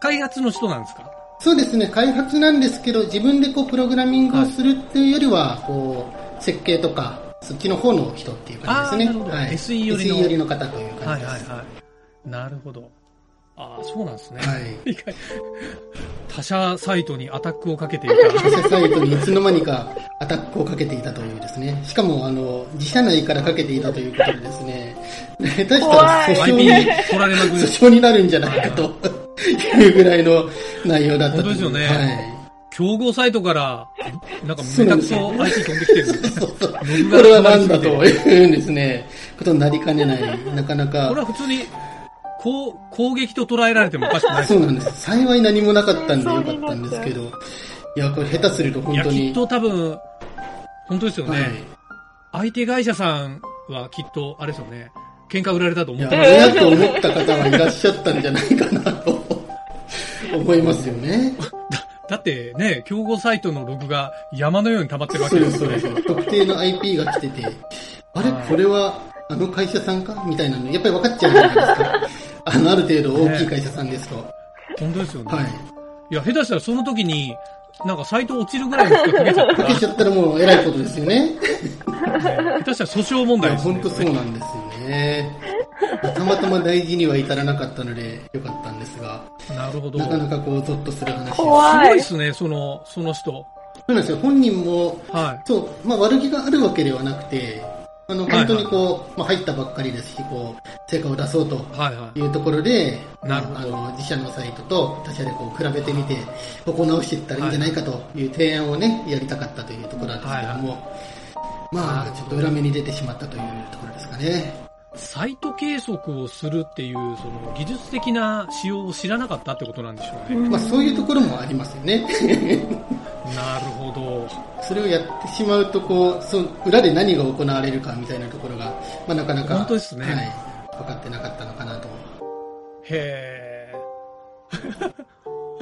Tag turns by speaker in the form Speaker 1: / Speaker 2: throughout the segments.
Speaker 1: 開発の人なんですか
Speaker 2: い。そうですね、開発なんですけど、自分でこう、プログラミングをするっていうよりは、こう、設計とか、そっちの方の人っていう感じです
Speaker 1: あーなる
Speaker 2: ね。
Speaker 1: ほど
Speaker 2: はい
Speaker 1: SE よりの
Speaker 2: SE よりの方という
Speaker 1: は
Speaker 2: 感
Speaker 1: い
Speaker 2: じです。
Speaker 1: はいはい。なるほど。ああ、そうなんですね。
Speaker 2: はい。
Speaker 1: 意外他社サイトにアタックをかけていた。
Speaker 2: 偽サイトにいつの間にかアタックをかけていたというですね。しかも、あの、自社内からかけていたということでですね、下手したら訴訟
Speaker 1: IP
Speaker 2: に、
Speaker 1: 取られまくる。
Speaker 2: 訴訟になるんじゃないかというぐらいの内容だったという
Speaker 1: 本当ですよね
Speaker 2: は
Speaker 1: 競合サイトから、なんか
Speaker 2: そ
Speaker 1: め
Speaker 2: うなん
Speaker 1: たく
Speaker 2: ですよ
Speaker 1: そ IT 飛んできてる。
Speaker 2: い。そうそう。こ
Speaker 1: 僕が
Speaker 2: れは何だというですね、ことになりかねない、なかなか。
Speaker 1: これは普通に、こう、攻撃と捉えられてもおかしくない。
Speaker 2: そうなんです。幸い何もなかったんでよかったんですけど。いや、これ下手すると
Speaker 1: い
Speaker 2: 本
Speaker 1: や、
Speaker 2: 当に。
Speaker 1: きっと多分、本当ですよね。
Speaker 2: はい。
Speaker 1: 相手会社さんはきっと、あれですよね。喧嘩売られたと
Speaker 2: い
Speaker 1: 思
Speaker 2: や、
Speaker 1: って
Speaker 2: 親 と思った方はいらっしゃったんじゃないかなと。思いますよね。
Speaker 1: だってね、競合サイトのログが山のように溜まってるわ
Speaker 2: そ
Speaker 1: け
Speaker 2: う
Speaker 1: で
Speaker 2: です
Speaker 1: す
Speaker 2: そ
Speaker 1: よ
Speaker 2: うで
Speaker 1: ね。
Speaker 2: す。特定の IP が来てて、あれ
Speaker 1: はい
Speaker 2: これはあの会社さんかみたいなの、やっぱり分かっちゃうじゃない ですか。あの、ある程度大きい会社さんですと。
Speaker 1: 本当ですよね。
Speaker 2: はい
Speaker 1: い、。や、下手したらその時に、なんかサイト落ちるぐらいの人がかけち ゃった
Speaker 2: かけちゃったらもう偉いことですよね。
Speaker 1: ら、下手したら訴訟問
Speaker 2: いや
Speaker 1: 題ですね。
Speaker 2: 本当そうなんですよね。たまたま大事には至らなかったので良かったんですが、
Speaker 1: なるほど。
Speaker 2: なかなかこう、ゾッとする話です。そう
Speaker 1: す
Speaker 3: 怖
Speaker 1: ごい
Speaker 3: い
Speaker 1: で。すね、その、その人。
Speaker 2: なんですよ。本人も、
Speaker 1: はい。
Speaker 2: そう、まあ悪気があるわけではなくて、あの、
Speaker 1: はいはい
Speaker 2: 本当にこう、まあ入ったばっかりですし、こう、成果を出そうと
Speaker 1: はいはい。
Speaker 2: いうところで、
Speaker 1: なるほど
Speaker 2: あの、自社のサイトと他社でこう比べてみて、ここ直していったらいいんじゃないかという提案をね、やりたかったというところなんですけども、まあ、ちょっと裏目に出てしまったというところですかね。
Speaker 1: サイト計測をするっていう、その技術的な仕様を知らなかったってことなんでしょうね。
Speaker 2: まあそういうところもありますよね。
Speaker 1: なるほど。
Speaker 2: それをやってしまうとこうその裏で何が行われるかみたいなところが、まあ、なかなか
Speaker 1: 本当ですね
Speaker 2: はい、分かってなかったのかなと
Speaker 1: へえ。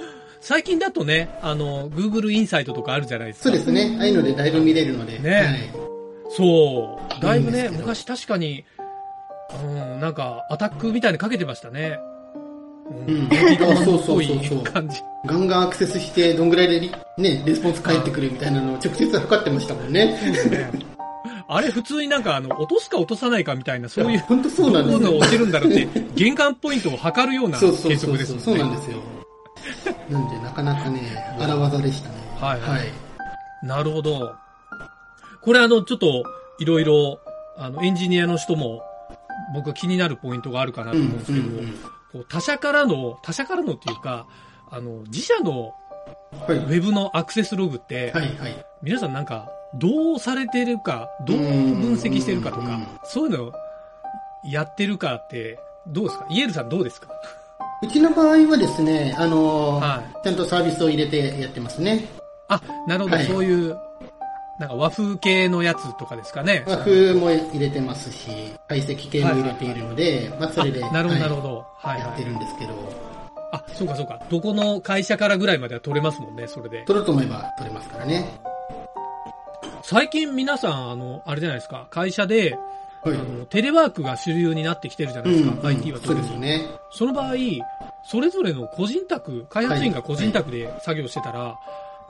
Speaker 1: 最近だとね、あの、Google インサイトとかあるじゃないですか。
Speaker 2: そうですねああいうのでだいぶ見れるので、
Speaker 1: ね
Speaker 2: はい、
Speaker 1: そう。だいぶ
Speaker 2: いいんで
Speaker 1: ね、
Speaker 2: すけど
Speaker 1: 昔確かに、うん、なんか、アタックみたいにかけてましたね。う
Speaker 2: うん
Speaker 1: ん。敵側
Speaker 2: あそう
Speaker 1: っ
Speaker 2: そ
Speaker 1: ぽ
Speaker 2: うそうそう
Speaker 1: い感じ。
Speaker 2: ガンガンアクセスしてどんぐらいでリ,、ね、レスポンス返ってくるみたいなのを直接測ってましたもんね
Speaker 1: あれ普通になんか、あの、落とすか落とさないかみたいな、そういう、
Speaker 2: 本当そうなんで
Speaker 1: ど
Speaker 2: す
Speaker 1: んな
Speaker 2: よ
Speaker 1: 落ちるんだろうって、玄関ポイントを測るような
Speaker 2: そうそう
Speaker 1: 計
Speaker 2: そう
Speaker 1: 測で
Speaker 2: そ
Speaker 1: す
Speaker 2: う、
Speaker 1: もんね。
Speaker 2: そうなんですよなんでなかなかね荒技でしたね
Speaker 1: はい
Speaker 2: はい、
Speaker 1: なるほど。これあの、ちょっと、いろいろ、あの、エンジニアの人も、僕は気になるポイントがあるかなと
Speaker 2: うん
Speaker 1: 思うんです
Speaker 2: う
Speaker 1: けど、
Speaker 2: んうん
Speaker 1: こう他社からの、他社からのっていうか、あの、自社の
Speaker 2: はい
Speaker 1: ウェブのアクセスログって、
Speaker 2: はいはい
Speaker 1: 皆さんなんか、どうされてるか、どう分析してるかと
Speaker 2: うんうんう
Speaker 1: か
Speaker 2: ん、
Speaker 1: そういうのをやってるかって、どうですかイエルさんどうですか
Speaker 2: うちの場合はですね、あの
Speaker 1: はい。
Speaker 2: ちゃんとサービスを入れてやってますね。
Speaker 1: あ、なるほど、
Speaker 2: はい
Speaker 1: そういう、なんか和風系のやつとかですかね。
Speaker 2: 和風も入れてますし、解析系も入れているので、まあそれで、
Speaker 1: あなるほど、
Speaker 2: は
Speaker 1: ないるほど。はい、
Speaker 2: やっ
Speaker 1: は
Speaker 2: て
Speaker 1: い。
Speaker 2: るんですけど、
Speaker 1: あ、そうかそうか。どこの会社からぐらいまでは取れますもんね、それで。
Speaker 2: 取ろうと思えば取れますからね。
Speaker 1: 最近皆さん、あの、あれじゃないですか、会社で、
Speaker 2: はい。
Speaker 1: あのテレワークが主流になってきてるじゃないですか、IT は
Speaker 2: そ
Speaker 1: 特
Speaker 2: う
Speaker 1: に
Speaker 2: ですよね。
Speaker 1: その場合、それぞれの個人宅、開発員が個人宅で作業してたら、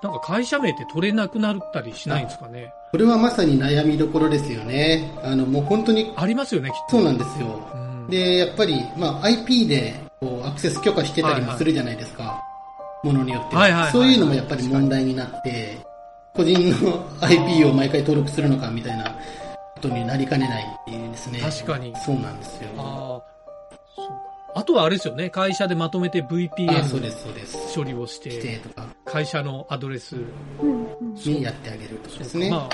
Speaker 1: なんか会社名って取れなくなったりしないんですかね。
Speaker 2: これはまさに悩みどころですよね。あの、もう本当に、
Speaker 1: ありますよね、きっと。
Speaker 2: そうなんですよ。
Speaker 1: うん
Speaker 2: で、やっぱり、まあ IP で、こう、アクセス許可してたりもするじゃないですか。ものによっては
Speaker 1: はいはいはい
Speaker 2: そういうのもやっぱり問題になって、個人の IP を毎回登録するのかみたいなことになりかねないっていうですね。
Speaker 1: 確かに
Speaker 2: そうなんですよ。
Speaker 1: あーそうあとはあれですよね、会社でまとめて
Speaker 2: あ、そう
Speaker 1: VPN
Speaker 2: です、そうです。
Speaker 1: 処理をし
Speaker 2: 規定
Speaker 1: て、
Speaker 2: とか
Speaker 1: 会社のアドレス
Speaker 2: にやってあげるとかですね。
Speaker 1: まあ、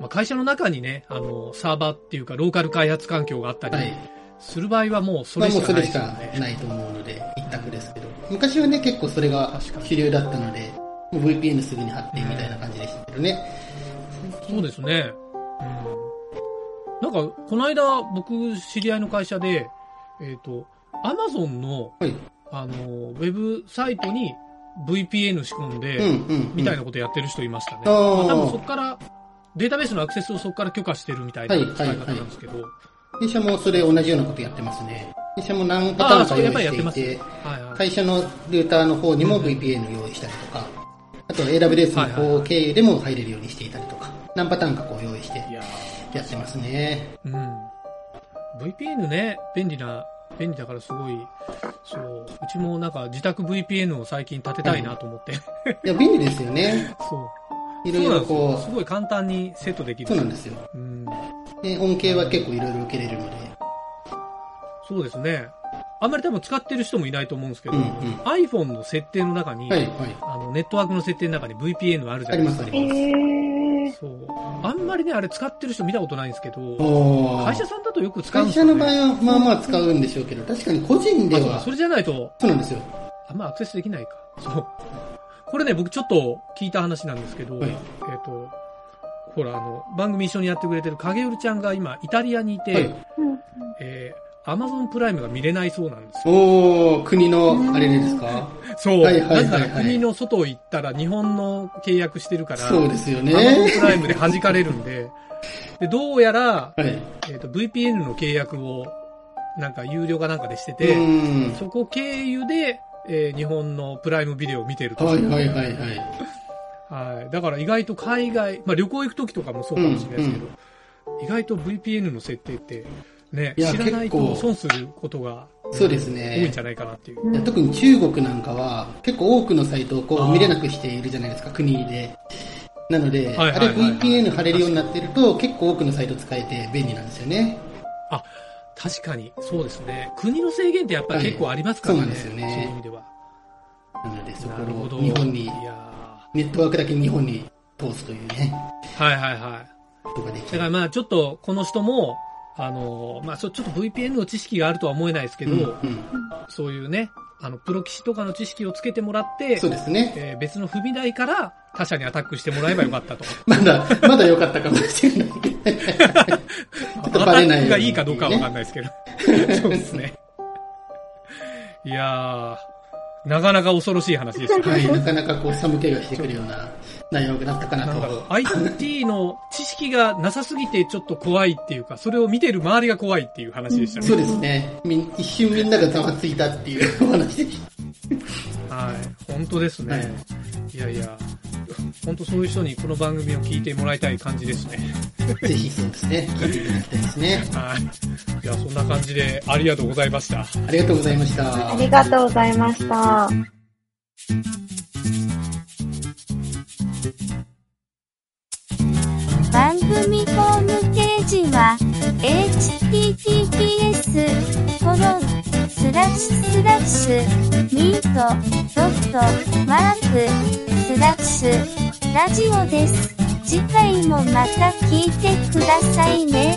Speaker 1: まあ、会社の中にね、あの、サーバーっていうか、ローカル開発環境があったり
Speaker 2: はい。
Speaker 1: する場合はもうそ
Speaker 2: まあ
Speaker 1: れ
Speaker 2: も
Speaker 1: し
Speaker 2: うそ
Speaker 1: かない
Speaker 2: れ
Speaker 1: で
Speaker 2: し
Speaker 1: すよ
Speaker 2: か
Speaker 1: ね。
Speaker 2: ないと思うので、一択ですけど。昔はね、結構それが
Speaker 1: 確かに
Speaker 2: 主流だったので、もう VPN すぐに貼ってみたいな感じでしたけどね。
Speaker 1: そうですね。うん。なんか、この間、僕、知り合いの会社で、えっ、と、アマゾンの、
Speaker 2: はい
Speaker 1: あの、ウェブサイトに VPN 仕込んで、
Speaker 2: うんうん。
Speaker 1: みたい
Speaker 2: な。
Speaker 1: なことやってる人いましたね。
Speaker 2: あ
Speaker 1: ま
Speaker 2: ー
Speaker 1: あ、多分そこから、データベースのアクセスをそこから許可してるみたいな
Speaker 2: はい
Speaker 1: 使
Speaker 2: はい
Speaker 1: い方なんですけど、はい
Speaker 2: 弊社もそれ同じようなことやってますね。弊社も何パターン
Speaker 1: あーそ
Speaker 2: か
Speaker 1: う
Speaker 2: 用
Speaker 1: やっ
Speaker 2: 意
Speaker 1: ぱりやって
Speaker 2: し
Speaker 1: ます
Speaker 2: ていて、
Speaker 1: はい、
Speaker 2: 会社のルーターの方にも VPN 用意したりとか、あと AWS の
Speaker 1: はいはい
Speaker 2: 方経由でも入れるようにしていたりとか、何パターンかこう用意して
Speaker 1: いや
Speaker 2: やってますね。
Speaker 1: うん。VPN ね、便利な、便利だからすごい、そう、うちもなんか自宅 VPN を最近立てたいなと思って。
Speaker 2: いや、便利ですよね。
Speaker 1: そう。
Speaker 2: いろ
Speaker 1: そう
Speaker 2: い
Speaker 1: な
Speaker 2: ろ
Speaker 1: んですよ。
Speaker 2: こ
Speaker 1: すごい簡単にセットでき
Speaker 2: う、
Speaker 1: る。
Speaker 2: そうなんですよ。
Speaker 1: うん。
Speaker 2: で、恩恵は結構いろいろ受けれるので。
Speaker 1: そうですね。あんまり多分使ってる人もいないと思うんですけど、
Speaker 2: うんうん。
Speaker 1: iPhone の設定の中に、
Speaker 2: はい、はい。
Speaker 1: あの、ネットワークの設定の中に VPN あるじ
Speaker 2: あ
Speaker 1: ゃ
Speaker 2: り
Speaker 1: ないで
Speaker 2: ますす、
Speaker 1: か
Speaker 2: あ。
Speaker 3: え
Speaker 2: ります。
Speaker 3: ー、
Speaker 1: そう。あんまりね、あれ使ってる人見たことないんですけど、
Speaker 2: おー
Speaker 1: 会社さんだとよく使うん
Speaker 2: 会
Speaker 1: です
Speaker 2: 社
Speaker 1: よ、ね。
Speaker 2: の場合は、まあまあ使うんでしょうけど、確かに個人で
Speaker 1: あ
Speaker 2: は、
Speaker 1: そ
Speaker 2: そう
Speaker 1: れじゃないと、
Speaker 2: うなんですよ。
Speaker 1: あんまアクセスできないか。そう。これね、僕ちょっと聞いた話なんですけど、
Speaker 2: はい
Speaker 1: えっ、と、ほら、あの、番組一緒にやってくれてる影るちゃんが今、イタリアにいて、
Speaker 2: はい
Speaker 3: うん
Speaker 1: え Amazon プライムが見れないそうなんですよ。
Speaker 2: おー、国の、あれですか、
Speaker 1: そう。
Speaker 2: はいはいはいはい
Speaker 1: なぜなら国の外行ったら日本の契約してるから、
Speaker 2: そうですよ
Speaker 1: Amazon
Speaker 2: ね。
Speaker 1: プライムで弾かれるんで、で、どうやら、
Speaker 2: はい。
Speaker 1: えっ、と、VPN の契約を、なんか有料かなんかでしてて、
Speaker 2: うん。
Speaker 1: そこ経由で、えー日本のプライムビデオを見てると。
Speaker 2: はいはいはいはい。
Speaker 1: はい。だから意外と海外、まあ旅行行く時とかもそうかもしれないですけど、意外と VPN の設定って、ね、
Speaker 2: いや
Speaker 1: 知らない
Speaker 2: 結
Speaker 1: と
Speaker 2: 構
Speaker 1: 損することが
Speaker 2: そうです
Speaker 1: 多いん
Speaker 2: ね
Speaker 1: じゃ。ないかなっていう。
Speaker 2: いや特に中国なんかは、結構多くのサイトをこ
Speaker 1: あー
Speaker 2: う見れなくしているじゃないですか、国で。なので、
Speaker 1: はいはいはいはい
Speaker 2: あれ VPN 貼れるようになってると、結構多くのサイト使えて便利なんですよね。
Speaker 1: 確かに、そうですね。国の制限ってやっぱり結構ありますからね。
Speaker 2: はいそうなんですよね
Speaker 1: そういう意味では。
Speaker 2: なので、そこ
Speaker 1: なるほど。
Speaker 2: を日本に
Speaker 1: い、や
Speaker 2: ネットワークだけ日本に通すというね、
Speaker 1: ーはいはいはい。
Speaker 2: ことができ
Speaker 1: だから
Speaker 2: る。
Speaker 1: まあちょっとこの人も、あの、まあそうちょっと VPN の知識があるとは思えないですけど、
Speaker 2: うんうん
Speaker 1: そういうね、あの、プロ棋士とかの知識をつけてもらって、
Speaker 2: そうですね。
Speaker 1: えー別の踏み台から他者にアタックしてもらえばよかったと。
Speaker 2: まだ、まだ良かったかもしれない。
Speaker 1: ア
Speaker 2: っ
Speaker 1: タ
Speaker 2: と バレないように
Speaker 1: ックがいいかどうかはわかんないですけど。 そうですね。いやー、なかなか恐ろしい話ですよ。
Speaker 2: はい、なかなかこう、寒気がしてくるような内容になったかな
Speaker 1: なんだろう
Speaker 2: と。。
Speaker 1: IT の知識がなさすぎてちょっと怖いっていうか、それを見てる周りが怖いっていう話でしたね。
Speaker 2: そうですね。みん一瞬みんながざわついたっていうお話でし
Speaker 1: はい。本当です
Speaker 2: はい
Speaker 1: ね。いやいや、本当そういう人にこの番組を聞いてもらいたい感じですね。
Speaker 2: た。ぜひそうですね。聞いていただきたいですね。
Speaker 1: はい。じゃあそんな感じでありがとうございました。
Speaker 2: ありがとうございました
Speaker 3: あ。りがとうございました。
Speaker 4: 番組ホームページは https コロンスラッシュスラッシュミートドットマークスラッシュラジオです。次回もまた聞いてくださいね。